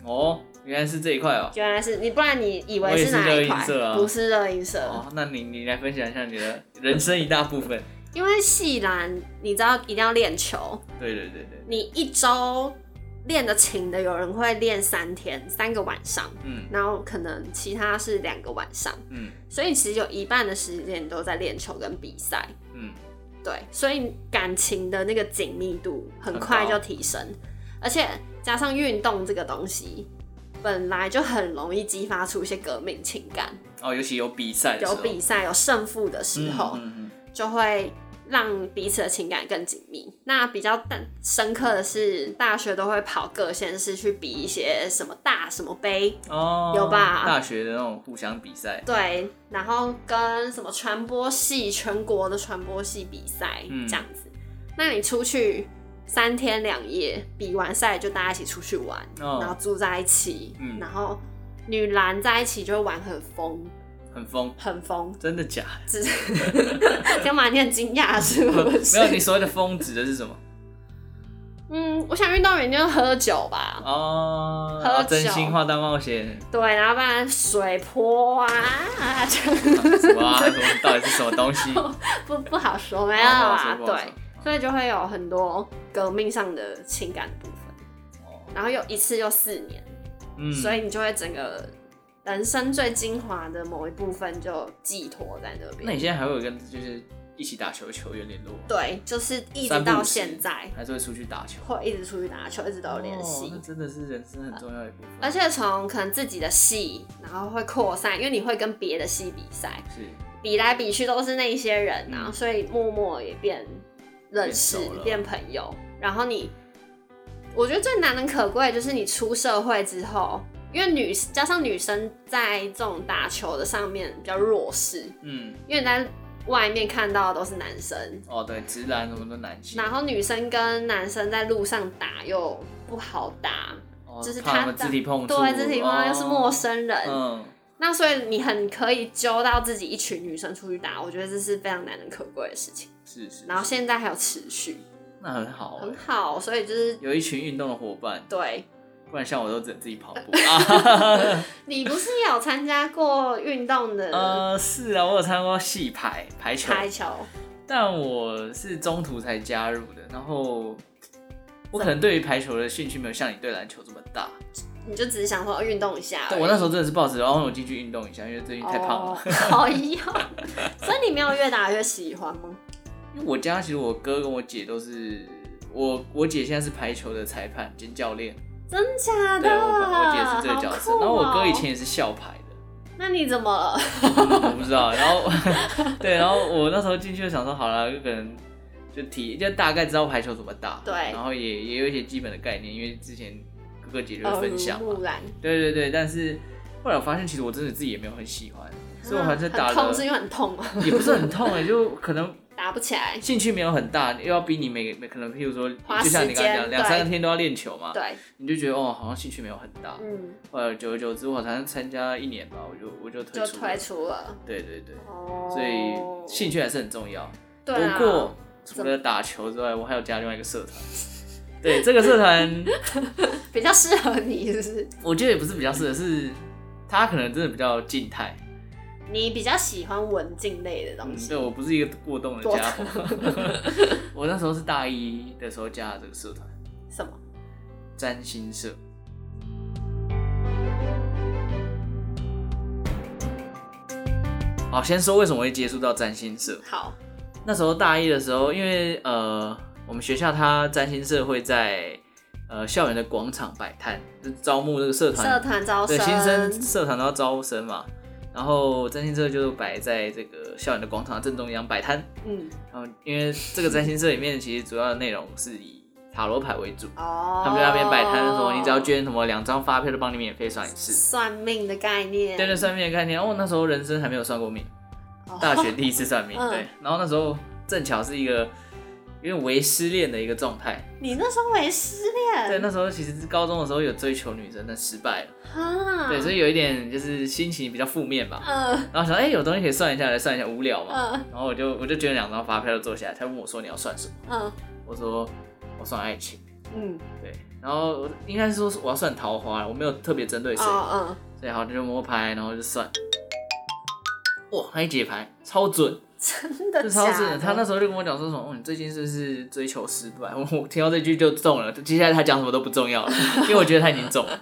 Speaker 1: 哦，原来是这一块哦。
Speaker 2: 原来是你，不然你以为哪
Speaker 1: 我也是热
Speaker 2: 一
Speaker 1: 音
Speaker 2: 块？
Speaker 1: 社啊
Speaker 2: 不是热音社，
Speaker 1: 哦，那你你来分享一下你的人生一大部分。
Speaker 2: 因为系篮你知道一定要练球，
Speaker 1: 对对对对，
Speaker 2: 你一周练的勤的，有人会练三天，三个晚上，
Speaker 1: 嗯
Speaker 2: 然后可能其他是两个晚上，
Speaker 1: 嗯
Speaker 2: 所以你其实有一半的时间你都在练球跟比赛，
Speaker 1: 嗯，
Speaker 2: 对，所以感情的那个紧密度很快
Speaker 1: 很高
Speaker 2: 就提升，而且加上运动这个东西。本来就很容易激发出一些革命情感，
Speaker 1: 哦，尤其有比赛的时
Speaker 2: 有
Speaker 1: 候，
Speaker 2: 比赛有胜负的时
Speaker 1: 嗯
Speaker 2: 候，
Speaker 1: 嗯嗯
Speaker 2: 就会让彼此的情感更紧密。那比较但深刻的是，大学都会跑各县市去比一些什么大什么杯，
Speaker 1: 嗯哦，
Speaker 2: 有吧
Speaker 1: 大学的那种互相比赛，
Speaker 2: 对，然后跟什么传播系全国的传播系比赛、
Speaker 1: 嗯
Speaker 2: 这样子。那你出去三天两夜，比完赛就大家一起出去玩，
Speaker 1: 哦
Speaker 2: 然后住在一起，
Speaker 1: 嗯
Speaker 2: 然后女篮在一起就会玩很疯，
Speaker 1: 很疯，
Speaker 2: 很疯。
Speaker 1: 真的假的？
Speaker 2: 只是 干嘛？你很惊讶是 不是？
Speaker 1: 没有，你所谓的疯指的是什么？
Speaker 2: 嗯，我想运动员就是喝酒吧，
Speaker 1: 哦，
Speaker 2: 喝
Speaker 1: 然后真
Speaker 2: 酒
Speaker 1: 心话大冒险，
Speaker 2: 对，然后不然水泼啊，
Speaker 1: 什么啊？什么到底是什么东西？ 哦
Speaker 2: 不不好说，没有
Speaker 1: 好不好
Speaker 2: 啊，
Speaker 1: 说不好
Speaker 2: 对，所以就会有很多革命上的情感部分，
Speaker 1: 说
Speaker 2: 然后又一次又四年，
Speaker 1: 哦嗯，
Speaker 2: 所以你就会整个人生最精华的某一部分就寄托在那
Speaker 1: 那你
Speaker 2: 边，
Speaker 1: 现在还会有跟就是一起打球的球员联络吗？
Speaker 2: 对，就是一直
Speaker 1: 三不
Speaker 2: 到
Speaker 1: 五时
Speaker 2: 现在
Speaker 1: 还是会出去打球，
Speaker 2: 会一直出去打球，一直都有联系。呃
Speaker 1: 哦那真的是人生很重要的一部分。
Speaker 2: 而且从可能自己的系，然后会扩散，因为你会跟别的系比赛，
Speaker 1: 是
Speaker 2: 比来比去都是那一些人啊，
Speaker 1: 嗯
Speaker 2: 所以默默也变认识
Speaker 1: 变熟了、
Speaker 2: 变朋友。然后你，我觉得最难能可贵的就是你出社会之后，因为女加上女生在这种打球的上面比较弱势，
Speaker 1: 嗯
Speaker 2: 因为你在外面看到的都是男生，
Speaker 1: 哦，对，直男什么都男性，
Speaker 2: 然后女生跟男生在路上打又不好打，
Speaker 1: 哦
Speaker 2: 就是
Speaker 1: 怕
Speaker 2: 他
Speaker 1: 他们肢体碰触，
Speaker 2: 对，这题目又是陌生人，
Speaker 1: 哦，
Speaker 2: 那所以你很可以揪到自己一群女生出去打，我觉得这是非常难能可贵的事情。
Speaker 1: 嗯，是是，
Speaker 2: 然后现在还有持续，
Speaker 1: 那很好欸
Speaker 2: 很，好，所以就是
Speaker 1: 有一群运动的伙伴，
Speaker 2: 对
Speaker 1: 不然像我都只能自己跑 步 啊。
Speaker 2: 你不是也有参加过运动的
Speaker 1: 呃，是啊，我有参加过戏排排球，
Speaker 2: 排球？
Speaker 1: 但我是中途才加入的，然后我可能对于排球的兴趣没有像你对篮球这么大。
Speaker 2: 你就只是想说哦运动一下而已。
Speaker 1: 但我那时候真的是抱着，然后我进去运动一下，因为最近太胖了。
Speaker 2: 哦，好一样。所以你没有越打越喜欢 吗？
Speaker 1: 因为我家其实我哥跟我姐都是，我我姐现在是排球的裁判兼教练，
Speaker 2: 真假的？
Speaker 1: 对我我姐是这个角色，
Speaker 2: 好酷哦
Speaker 1: 然后我哥以前，也是校排的。
Speaker 2: 那你怎么呃了？
Speaker 1: 嗯 我不知道。然后 对，然后我那时候进去就想说，好了，就可能就体就大概知道排球怎么打，
Speaker 2: 对
Speaker 1: 然后也也有一些基本的概念，因为之前哥哥姐姐会
Speaker 2: 耳
Speaker 1: 分
Speaker 2: 濡
Speaker 1: 享嘛
Speaker 2: 目，染，
Speaker 1: 对对对。但是后来我发现，其实我真的自己也没有很喜欢，所以我还是打
Speaker 2: 很
Speaker 1: 了
Speaker 2: 痛，是因为很痛吗？
Speaker 1: 也不是很痛哎、就可能
Speaker 2: 打不起来。
Speaker 1: 兴趣没有很大，又要逼你每每可能譬如说，
Speaker 2: 花
Speaker 1: 就像你刚刚
Speaker 2: 时间
Speaker 1: 讲，两
Speaker 2: 对
Speaker 1: 三天都要练球嘛，
Speaker 2: 对，
Speaker 1: 你就觉得哦，好像兴趣没有很大。
Speaker 2: 嗯，
Speaker 1: 后来久而久之，我好像参加一年吧，我就我就退
Speaker 2: 就
Speaker 1: 出了
Speaker 2: 退。出了。
Speaker 1: 对对对。
Speaker 2: 哦，
Speaker 1: 所以兴趣还是很重要。
Speaker 2: 对啊，
Speaker 1: 不过除了打球之外，我还有加另外一个社团。对，这个社团
Speaker 2: 比较适合你，是不是？
Speaker 1: 我觉得也不是比较适合，是它可能真的比较静态。
Speaker 2: 你比较喜欢文静类的东
Speaker 1: 嗯，
Speaker 2: 西
Speaker 1: 对。我不是一个过动的家伙。 我那时候是大一的时候加的这个社团，
Speaker 2: 什么？
Speaker 1: 占星社。好，先说为什么会接触到占星社。
Speaker 2: 好，
Speaker 1: 那时候大一的时候，因为呃，我们学校它占星社会在呃校园的广场摆摊，就招募这个社团
Speaker 2: 社团招
Speaker 1: 对
Speaker 2: 生，
Speaker 1: 新生社团都要招生嘛。然后占星社就摆在这个校园的广场的正中央摆摊。
Speaker 2: 嗯，
Speaker 1: 然后因为这个占星社里面其实主要的内容是以塔罗牌为主，
Speaker 2: 哦，
Speaker 1: 他们就在那边摆摊说，你只要捐什么两张发票就帮你免费算一次。
Speaker 2: 算命的概念，
Speaker 1: 对对，算命的概念，哦，那时候人生还没有算过命。
Speaker 2: 哦，
Speaker 1: 大学第一次算命，
Speaker 2: 嗯
Speaker 1: 对，然后那时候正巧是一个有点微失恋的一个状态，
Speaker 2: 你那时候也失恋，
Speaker 1: 对，那时候其实是高中的时候有追求女生，但失败了，
Speaker 2: 哈，
Speaker 1: 对，所以有一点就是心情比较负面吧，
Speaker 2: 嗯
Speaker 1: 然后想哎、有东西可以算一下，来算一下，无聊嘛，
Speaker 2: 嗯
Speaker 1: 然后我就我就捐了两张发票就坐下来，他问我说你要算什么，
Speaker 2: 嗯
Speaker 1: 我说我算爱情，
Speaker 2: 嗯，
Speaker 1: 对，然后我应该是说我要算桃花，我没有特别针对谁，
Speaker 2: 哦
Speaker 1: 所以好就摸牌，然后就算，哇，他一解牌超准。
Speaker 2: 嗯， 真的
Speaker 1: 这
Speaker 2: 假
Speaker 1: 超准的，他那时候就跟我讲说什么，哦，你最近是不是追求失败？ 我我听到这句就中了，接下来他讲什么都不重要 了，因为我觉得他已经中了。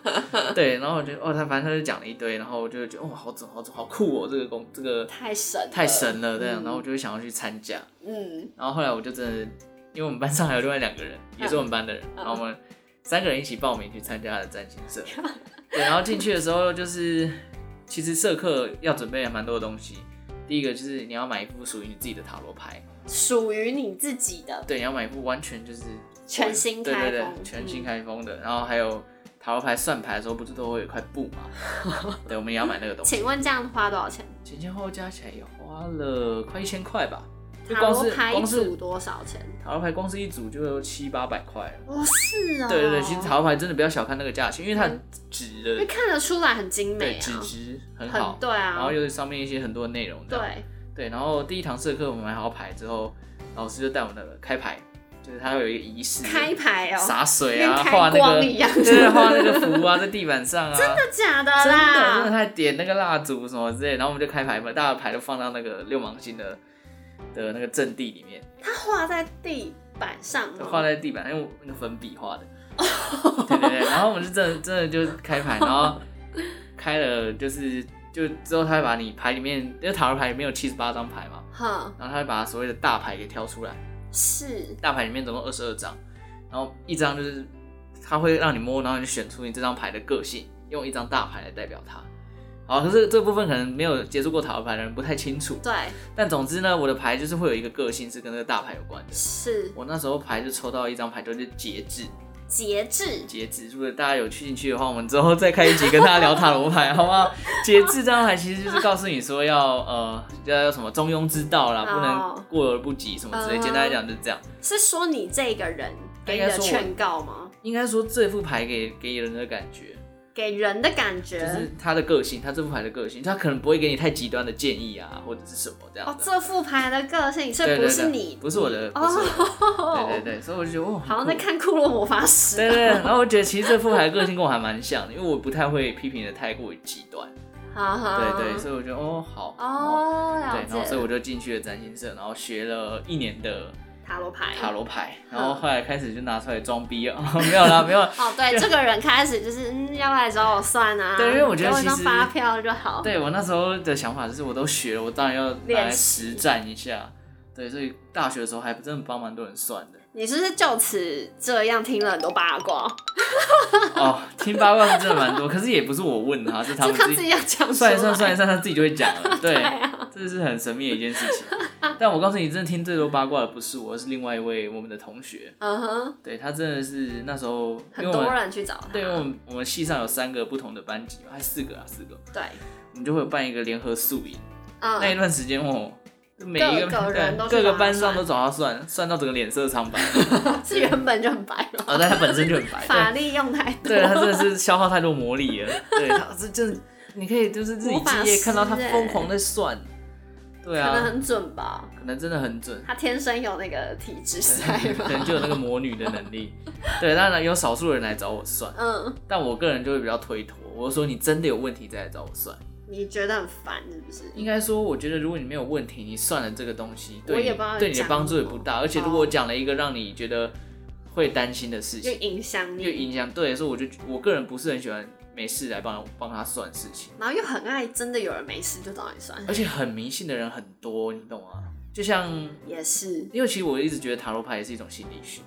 Speaker 1: 对，然后我就哦，他反正他就讲了一堆，然后我就觉得哦，好准，好准，好酷哦，这个工这个
Speaker 2: 太神了
Speaker 1: 太神了，这样，
Speaker 2: 嗯
Speaker 1: 然后我就会想要去参加。
Speaker 2: 嗯
Speaker 1: 然后后来我就真的，因为我们班上还有另外两个人，也是我们班的人，然后我们三个人一起报名去参加他的占星社。
Speaker 2: 嗯
Speaker 1: 对，然后进去的时候就是，其实社课要准备蛮多的东西。第一个就是你要买一副属于你自己的塔罗牌，
Speaker 2: 属于你自己的，
Speaker 1: 对，你要买一副完全就是
Speaker 2: 全新开封
Speaker 1: 对对对，全新
Speaker 2: 嗯
Speaker 1: 开封的。然后还有塔罗牌算牌的时候，不是都会有一块布嘛？对，我们也要买那个东西。
Speaker 2: 请问这样花多少钱？
Speaker 1: 前前后后加起来也花了快一千块吧，就
Speaker 2: 塔
Speaker 1: 光
Speaker 2: 罗
Speaker 1: 是
Speaker 2: 牌一
Speaker 1: 光是
Speaker 2: 组多少钱？
Speaker 1: 塔罗牌光是一组就有七八百块了。
Speaker 2: 哦，是哦，
Speaker 1: 对对对，其实塔罗牌真的不要小看那个价钱，因为它
Speaker 2: 嗯
Speaker 1: 纸
Speaker 2: 因
Speaker 1: 的，
Speaker 2: 为看得出来很精美
Speaker 1: 对
Speaker 2: 啊，
Speaker 1: 纸质很好
Speaker 2: 很，对啊，
Speaker 1: 然后又是上面一些很多的内容这样，
Speaker 2: 对，
Speaker 1: 对，然后第一堂社课我们买好牌之后，老师就带我们那个开牌，就是他会有一个仪式，
Speaker 2: 开牌哦，
Speaker 1: 洒水
Speaker 2: 跟
Speaker 1: 啊，
Speaker 2: 开
Speaker 1: 画那
Speaker 2: 光
Speaker 1: 个，
Speaker 2: 一样
Speaker 1: 对对，画那个符啊，在地板上啊，真的
Speaker 2: 真的假的
Speaker 1: 真的真的，
Speaker 2: 啦？
Speaker 1: 他还点那个蜡烛什么之类，然后我们就开牌嘛，大家的牌都放到那个六芒星的的那个阵地里面，
Speaker 2: 它画在地板上哦吗，
Speaker 1: 画在地板，用那个粉笔画的。对对对，然后我们是真的真的就开牌，然后开了就是就之后他会把你牌里面，因为塔罗牌里面有七十八张牌嘛，
Speaker 2: 哼，
Speaker 1: 然后他会把所谓的大牌给挑出来，
Speaker 2: 是
Speaker 1: 大牌里面总共二十二张，然后一张就是他会让你摸，然后你选出你这张牌的个性，用一张大牌来代表它。好，可是这部分可能没有接触过塔罗牌的人不太清楚，
Speaker 2: 对，
Speaker 1: 但总之呢，我的牌就是会有一个个性是跟那个大牌有关的。
Speaker 2: 是
Speaker 1: 我那时候牌就抽到一张牌，就是节制，
Speaker 2: 节制。
Speaker 1: 截止，如果大家有兴趣的话，我们之后再开一集跟大家聊塔罗牌，好不 好？截至这张牌其实就是告诉你说要呃要要什么中庸之道啦，不能
Speaker 2: 哦
Speaker 1: 过而不及什么之类。
Speaker 2: 嗯
Speaker 1: 简单来讲就是这样。
Speaker 2: 是说你这个人给你
Speaker 1: 应该
Speaker 2: 的
Speaker 1: 说我
Speaker 2: 劝告吗？
Speaker 1: 应该说这副牌给给人的感觉
Speaker 2: 给人的感觉、
Speaker 1: 就是他的个性，他这副牌的个性，他可能不会给你太极端的建议啊，或者是什么这样
Speaker 2: 哦，
Speaker 1: 子。
Speaker 2: 这副牌的个性，所
Speaker 1: 对
Speaker 2: 以
Speaker 1: 对
Speaker 2: 不
Speaker 1: 对，
Speaker 2: 是你，
Speaker 1: 不是我的，不是我的，
Speaker 2: 哦，
Speaker 1: 对对对，所以我就觉得哦，
Speaker 2: 好像
Speaker 1: 酷
Speaker 2: 在看《库洛魔法使》
Speaker 1: 对对对，然后我觉得其实这副牌个性跟我还蛮像的，因为我不太会批评的太过于极端，
Speaker 2: 哈哈，
Speaker 1: 对对，所以我觉得哦好，
Speaker 2: 嗯哦，
Speaker 1: 对
Speaker 2: 了，
Speaker 1: 然后所以
Speaker 2: 解
Speaker 1: 我就进去了占星社，然后学了一年的
Speaker 2: 塔罗牌，
Speaker 1: 塔罗牌，然
Speaker 2: 嗯
Speaker 1: 后后来开始就拿出来装逼啊， 没有啦，没有啦，
Speaker 2: 哦，对，这个人开始就是，嗯，要不要来找我算啊？
Speaker 1: 对因为我觉得
Speaker 2: 给我一
Speaker 1: 其
Speaker 2: 张
Speaker 1: 实
Speaker 2: 发票就好。
Speaker 1: 对我那时候的想法就是，我都学了，我当然要拿来
Speaker 2: 练习
Speaker 1: 实战一下。对，所以大学的时候还真的帮蛮多人算的。
Speaker 2: 你是不是就此这样听了很多八卦？
Speaker 1: 哦，听八卦是真的蛮多，可是也不是我问啊他，是他
Speaker 2: 就
Speaker 1: 们
Speaker 2: 他
Speaker 1: 自
Speaker 2: 自
Speaker 1: 己
Speaker 2: 己要讲出
Speaker 1: 算
Speaker 2: 来啊
Speaker 1: 一算算一算，他自己就会讲了。 对，这是很神秘的一件事情。 但我告诉你，真的听最多八卦的不是我，而是另外一位我们的同学。
Speaker 2: 嗯哼，
Speaker 1: 对他真的是那时候，因为
Speaker 2: 很
Speaker 1: 我
Speaker 2: 多
Speaker 1: 们
Speaker 2: 人去啊找他。
Speaker 1: 对，因为我们我们系上有三个不同的班级嘛，还四个啊，四个，
Speaker 2: 对，
Speaker 1: 我们就会有办一个联合宿营。那一
Speaker 2: 嗯，
Speaker 1: 段时间哦，每一个
Speaker 2: 各个人都 去
Speaker 1: 各个
Speaker 2: 帮他
Speaker 1: 班上
Speaker 2: 算
Speaker 1: 都找他算，算到整个脸色苍白。
Speaker 2: 是原本就很白嘛，
Speaker 1: 啊，但他本身就很 白，
Speaker 2: 法力用太多。
Speaker 1: 对，啊对他真的是消耗太多魔力了。对，他这真的，你可以就是日以
Speaker 2: 魔法
Speaker 1: 继夜看到他
Speaker 2: 师欸
Speaker 1: 疯狂在算。对
Speaker 2: 可能
Speaker 1: 啊，
Speaker 2: 很准吧，
Speaker 1: 可能真的很准。
Speaker 2: 他天生有那个体质在吧
Speaker 1: 可。能就有那个魔女的能力， 对，当然有少数人来找我算，
Speaker 2: 嗯，
Speaker 1: 但我个人就会比较推脱，我就说你真的有问题再来找我算。
Speaker 2: 你觉得很烦是不是？
Speaker 1: 应该说，我觉得如果你没有问题，你算了这个东西，
Speaker 2: 我
Speaker 1: 对
Speaker 2: 也
Speaker 1: 你
Speaker 2: 不知道
Speaker 1: 对你的帮助也不大。而且如果我
Speaker 2: 哦
Speaker 1: 讲了一个让你觉得会担心的事
Speaker 2: 就
Speaker 1: 情，
Speaker 2: 影响
Speaker 1: 又
Speaker 2: 你，
Speaker 1: 影响对，所以我就我个人不是很喜欢没事来帮帮他算事情，
Speaker 2: 然后又很爱，真的有人没事就找你算，
Speaker 1: 而且很迷信的人很多，你懂吗？就像，
Speaker 2: 也是。
Speaker 1: 因为其实我一直觉得塔罗牌也是一种心理学，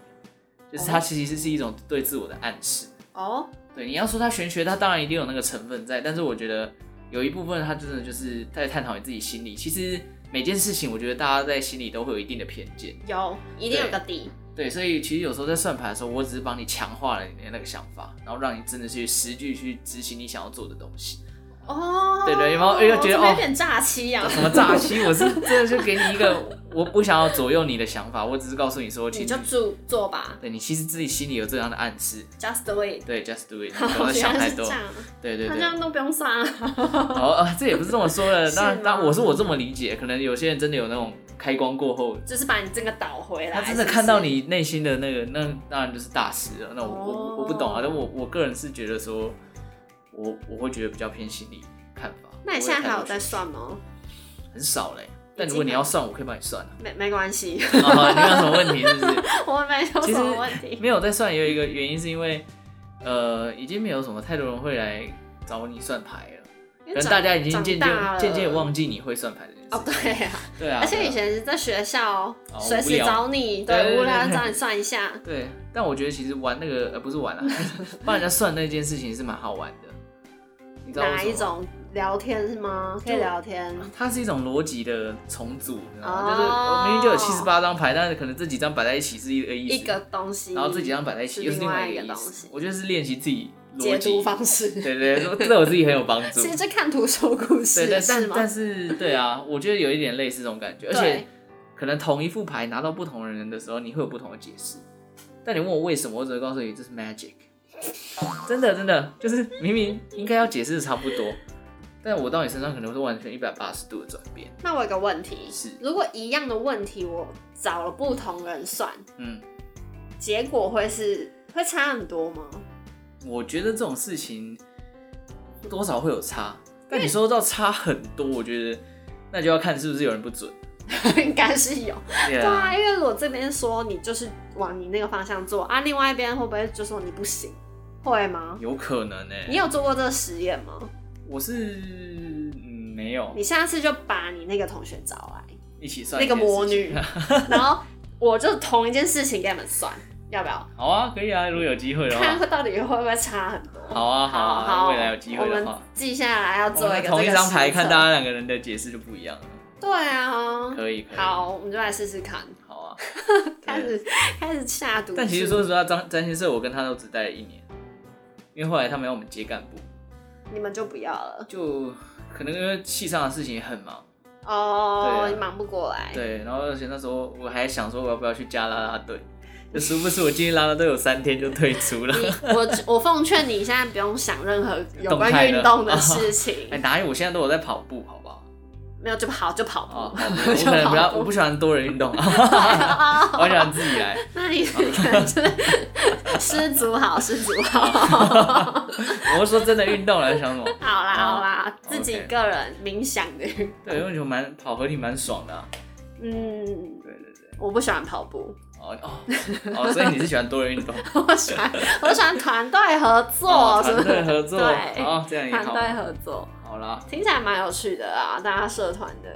Speaker 1: 就是它其实是一种对自我的暗示。
Speaker 2: 哦，
Speaker 1: 对，你要说它玄学，它当然一定有那个成分在，但是我觉得有一部分它真的就是在探讨你自己心理。其实每件事情，我觉得大家在心里都会有一定的偏见，
Speaker 2: 有，一定有
Speaker 1: 对
Speaker 2: 个底。
Speaker 1: 对，所以其实有时候在算牌的时候，我只是帮你强化了你的那个想法，然后让你真的去实际去执行你想要做的东西。
Speaker 2: 哦，
Speaker 1: 对对有没有有觉得
Speaker 2: 怎么
Speaker 1: 哦
Speaker 2: 有点诈欺啊呀、
Speaker 1: 什么诈欺， 我是真的就给你一个，我不想要左右你的想法，我只是告诉你说，其
Speaker 2: 你
Speaker 1: 实
Speaker 2: 就做做吧
Speaker 1: 对你其实自己心里有这样的暗示，
Speaker 2: ，just do it。
Speaker 1: 对，just do it，你不
Speaker 2: 好，
Speaker 1: 要呃想
Speaker 2: 原来
Speaker 1: 太
Speaker 2: 是这
Speaker 1: 多。
Speaker 2: 样，
Speaker 1: 对对
Speaker 2: 他
Speaker 1: 对
Speaker 2: 这。样都不用算了。
Speaker 1: 哦，啊，这也不是这么说 的。
Speaker 2: 是
Speaker 1: 那
Speaker 2: 吗
Speaker 1: 那我是我这么理解，可能有些人真的有那种开光过后，
Speaker 2: 就是把你整个倒回来。
Speaker 1: 他真的
Speaker 2: 是不是
Speaker 1: 看到，你内心的那个，那当然就是大师了。那我我
Speaker 2: 哦
Speaker 1: 我不懂啊，但我我个人是觉得说，我我会觉得比较偏心理看法。
Speaker 2: 那你现在还有
Speaker 1: 我也看
Speaker 2: 在
Speaker 1: 过
Speaker 2: 算哦吗？
Speaker 1: 很少嘞。但如果你要算，我可以帮你算啊。
Speaker 2: 没没 关系，
Speaker 1: 啊你有什么问题是不 是？
Speaker 2: 我没有
Speaker 1: 其
Speaker 2: 什
Speaker 1: 实
Speaker 2: 么问题。
Speaker 1: 没有在算，也有一个原因是因为，呃，已经没有什么太多人会来找你算牌了，可
Speaker 2: 因为
Speaker 1: 能
Speaker 2: 长
Speaker 1: 大家已经渐
Speaker 2: 长大
Speaker 1: 渐
Speaker 2: 了
Speaker 1: 渐渐忘记你会算牌这件事。
Speaker 2: 哦，对呀、啊，
Speaker 1: 对啊，
Speaker 2: 而且
Speaker 1: 对啊
Speaker 2: 以前是在学校，
Speaker 1: 哦
Speaker 2: 随
Speaker 1: 无
Speaker 2: 时
Speaker 1: 聊
Speaker 2: 找你，
Speaker 1: 对对
Speaker 2: 对，
Speaker 1: 对
Speaker 2: 无聊
Speaker 1: 对
Speaker 2: 找你算一下。
Speaker 1: 对，但我觉得其实玩那个呃不是玩啊， 帮人家算那件事情是蛮好玩的。你知道为
Speaker 2: 哪
Speaker 1: 什么
Speaker 2: 一？种聊天是吗？可以聊天。
Speaker 1: 它是一种逻辑的重组，你知道吗？
Speaker 2: 哦
Speaker 1: 就是我明明就有七十八张牌，但是可能这几张摆在一起是一个意思，
Speaker 2: 一个东西，
Speaker 1: 然后这几张摆在一起
Speaker 2: 是
Speaker 1: 又是另外
Speaker 2: 另外
Speaker 1: 个
Speaker 2: 一
Speaker 1: 意
Speaker 2: 个东
Speaker 1: 思
Speaker 2: 西。
Speaker 1: 我觉得是练习自己逻
Speaker 2: 解
Speaker 1: 辑
Speaker 2: 读，方式。
Speaker 1: 对对对，这对我自己很有帮 助。
Speaker 2: 其实这看图说故
Speaker 1: 对
Speaker 2: 事
Speaker 1: 对，
Speaker 2: 是
Speaker 1: 但
Speaker 2: 吗？
Speaker 1: 但是对啊，我觉得有一点类似这种感觉，而且
Speaker 2: 对
Speaker 1: 可能同一副牌拿到不同人的时候，你会有不同的解释。但你问我为什么，我只会告诉你这是 magic，真的真的就是明明应该要解释的差不多，但我到你身上可能是完全一百八十度的转变。
Speaker 2: 那我有个问题
Speaker 1: 是
Speaker 2: 如果一样的问题我找了不同人算，
Speaker 1: 嗯，
Speaker 2: 结果会是会差很多吗？
Speaker 1: 我觉得这种事情多少会有差，但你说到差很多，我觉得那就要看是不是有人不准。
Speaker 2: 应该是有。
Speaker 1: 对
Speaker 2: 对
Speaker 1: 啊
Speaker 2: 啊，，因为我这边说你就是往你那个方向做啊，另外一边会不会就说你不行？会吗？
Speaker 1: 有可能呢、
Speaker 2: 你有做过这个实验吗？
Speaker 1: 我是嗯没有
Speaker 2: 你下次就把你那个同学找来，
Speaker 1: 一起算
Speaker 2: 那个
Speaker 1: 一件事
Speaker 2: 魔
Speaker 1: 情
Speaker 2: 女 然后我就同一件事情给你们算，要不要？
Speaker 1: 好啊，可以啊，如果有机会的
Speaker 2: 看
Speaker 1: 话。
Speaker 2: 会到底会不会差很多？
Speaker 1: 好啊，好
Speaker 2: 好
Speaker 1: 啊，
Speaker 2: 好，
Speaker 1: 未来有机会的
Speaker 2: 我
Speaker 1: 话
Speaker 2: 们，记下来要做一
Speaker 1: 们
Speaker 2: 个
Speaker 1: 同一张牌，看大
Speaker 2: 家
Speaker 1: 家两个人的解释就不一样了。
Speaker 2: 对啊，
Speaker 1: 可以，可以，
Speaker 2: 好，我们就来试试看。
Speaker 1: 好啊，
Speaker 2: 开始开始下毒。
Speaker 1: 但其实说实话，张占星社我跟他都只待了一年，因为后来他们要我们接干部，
Speaker 2: 你们就不要了
Speaker 1: 就可能因为系上的事情也很忙，
Speaker 2: 哦
Speaker 1: 对啊，
Speaker 2: 你忙不过来。
Speaker 1: 对，然后而且那时候我还想说我要不要去加啦啦队，就殊不知我进啦啦队有三天就退出 了。
Speaker 2: 你我我奉劝你现在不用想任何有关
Speaker 1: 动态的
Speaker 2: 运动的 事情
Speaker 1: 哎、，哪有？我现在都有在跑步，好不好？
Speaker 2: 没有就跑就跑
Speaker 1: 啊，
Speaker 2: 步。
Speaker 1: 跑步我可能比较我不喜欢多人运动啊， 我喜欢自己来。
Speaker 2: 哦那你可能就是失足好，失足 好。
Speaker 1: 我是说真的运动了，想什么？
Speaker 2: 好啦
Speaker 1: 好
Speaker 2: 好啦，自己
Speaker 1: 哦 OK
Speaker 2: 个人冥想的。
Speaker 1: 对，因为我觉得蛮跑合体蛮爽的、啊。
Speaker 2: 嗯，
Speaker 1: 对对对。
Speaker 2: 我不喜欢跑步，
Speaker 1: 哦哦哦，所以你是喜欢多人运动？
Speaker 2: 我喜欢我喜欢团队合
Speaker 1: 哦
Speaker 2: 作，什
Speaker 1: 团
Speaker 2: 么
Speaker 1: 队合作，
Speaker 2: 对
Speaker 1: 哦，这样也
Speaker 2: 团
Speaker 1: 好。
Speaker 2: 队合作，
Speaker 1: 好啦，
Speaker 2: 听起来蛮有趣的啊，大家社团的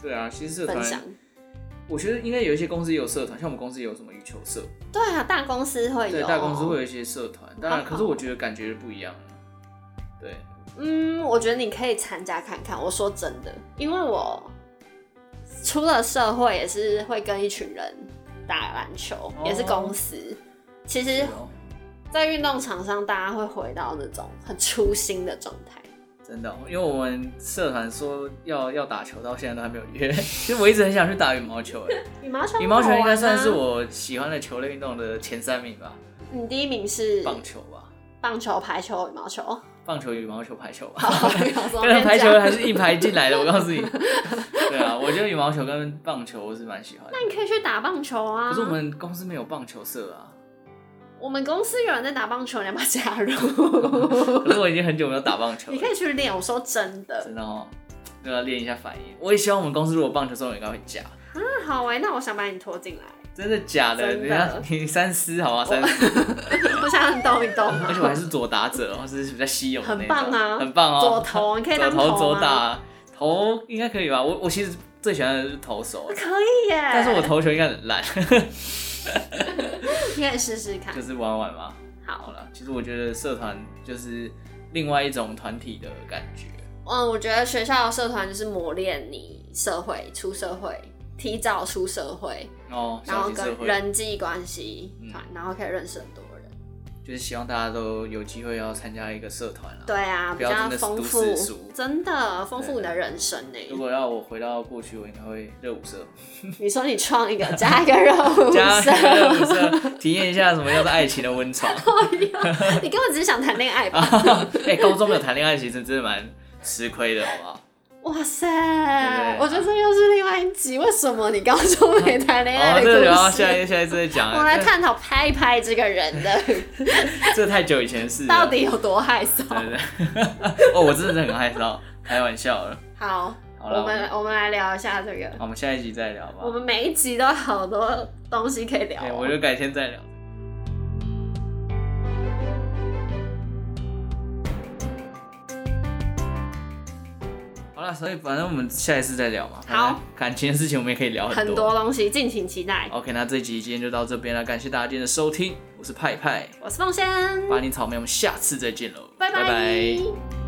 Speaker 1: 对啊，其实社
Speaker 2: 分享
Speaker 1: 团，。我觉得应该有一些公司也有社团，像我们公司也有什么羽球社，
Speaker 2: 对啊，大公司会有，
Speaker 1: 对，大公司会有一些社团。当然，
Speaker 2: 好
Speaker 1: 可是我觉得感觉不一样。对，
Speaker 2: 嗯，我觉得你可以参加看看。我说真的，因为我出了社会也是会跟一群人打篮球，
Speaker 1: 哦
Speaker 2: 也是公司。其实，
Speaker 1: 哦
Speaker 2: 在运动场上，大家会回到那种很初心的状态。
Speaker 1: 真的哦、因为我们社团说要要打球，到现在都还没有约。 其实我一直很想去打羽毛球， 哎，
Speaker 2: 羽毛球，
Speaker 1: 羽毛球应该算是。我喜欢的球类运动的前三名吧，
Speaker 2: 你第一名是
Speaker 1: 棒球吧，
Speaker 2: 棒球、排球、羽 毛球。
Speaker 1: 棒球、羽毛球、排球吧。
Speaker 2: 羽毛球
Speaker 1: 跟着排球还是
Speaker 2: 一。
Speaker 1: 一排进来的，我告诉你。对啊，我觉得羽毛球跟棒球我是蛮喜欢的。
Speaker 2: 那 你可以啊去打棒球啊！
Speaker 1: 可是我们公司没有棒球社啊，
Speaker 2: 我们公司有人在打棒球，你要不要加入？
Speaker 1: 可是我已经很久没有打棒球了
Speaker 2: 你，可以去练。我说真的，
Speaker 1: 真的哦，都要练一下反应。我也希望我们公司如果棒球社有应该会加，
Speaker 2: 那好哎、那我想把你拖进来。
Speaker 1: 真的假的？
Speaker 2: 真的
Speaker 1: 你要你三思好吗？三思，
Speaker 2: 我想动一动啊
Speaker 1: 而且我还是左打者，哦，这是比较稀有的那
Speaker 2: 很
Speaker 1: 种，
Speaker 2: 棒啊，
Speaker 1: 很棒哦。
Speaker 2: 左投啊你可以
Speaker 1: 左
Speaker 2: 当
Speaker 1: 投左
Speaker 2: 吗，
Speaker 1: 打，投应该可以吧？我我其实最喜欢的就是投手，啊
Speaker 2: 可以耶。
Speaker 1: 但是我投球应该很烂，
Speaker 2: 你可以试试看
Speaker 1: 就。是玩玩嘛。好
Speaker 2: 好，
Speaker 1: 了，其实我觉得社团就是另外一种团体的感觉。
Speaker 2: 嗯，我觉得学校的社团就是磨练你社会、出社会、提早出社会，
Speaker 1: 哦，
Speaker 2: 然
Speaker 1: 小
Speaker 2: 后
Speaker 1: 型社
Speaker 2: 跟
Speaker 1: 会
Speaker 2: 人际关系
Speaker 1: 嗯
Speaker 2: 团，然后可以认识很多人。
Speaker 1: 就是希望大家都有机会要参加一个社团啦。
Speaker 2: 对，啊，
Speaker 1: 不
Speaker 2: 比
Speaker 1: 要
Speaker 2: 较
Speaker 1: 真的是
Speaker 2: 丰
Speaker 1: 读
Speaker 2: 富
Speaker 1: 世俗，
Speaker 2: 真的丰富你的人生
Speaker 1: 如
Speaker 2: 呢。
Speaker 1: 果要我回到过去，我应该会热舞社，
Speaker 2: 你说你创一个， 加一个热舞
Speaker 1: 加一个热舞
Speaker 2: 社，
Speaker 1: 社，体验一下什么叫做爱情的温床。
Speaker 2: 你根本只是想谈恋爱吧？
Speaker 1: 哎、高中没有谈恋爱，其实真的蛮吃亏的，好不好？
Speaker 2: 哇塞
Speaker 1: 对，
Speaker 2: 我觉得这又是另外一集，为什么你高中没谈恋
Speaker 1: 哦，
Speaker 2: 爱
Speaker 1: 这
Speaker 2: 的
Speaker 1: 个
Speaker 2: 故
Speaker 1: 留到
Speaker 2: 事？
Speaker 1: 下一下一次再讲啊。
Speaker 2: 我们来探讨拍一拍这个人的
Speaker 1: 这，这太久以前的事了
Speaker 2: 到。底有多害
Speaker 1: 对
Speaker 2: 臊。
Speaker 1: 对对。 哦，我真的是很害臊，开玩笑了。
Speaker 2: 好，
Speaker 1: 好了，
Speaker 2: 我们我们来聊一下这个
Speaker 1: 好，我们下一集再聊吧。
Speaker 2: 我们每一集都好多东西可以聊
Speaker 1: 哎、
Speaker 2: 哦。
Speaker 1: 我就改天再聊。好了，所以反正我们下一次再聊嘛。
Speaker 2: 好，
Speaker 1: 感情的事情我们也可以聊
Speaker 2: 很
Speaker 1: 多。
Speaker 2: 多东西，敬请期待。
Speaker 1: OK，那这集今天就到这边了，感谢大家今天的收听，我是派派，
Speaker 2: 我是凤仙，
Speaker 1: 把你草莓，我们下次再见喽，
Speaker 2: 拜
Speaker 1: 拜拜
Speaker 2: 拜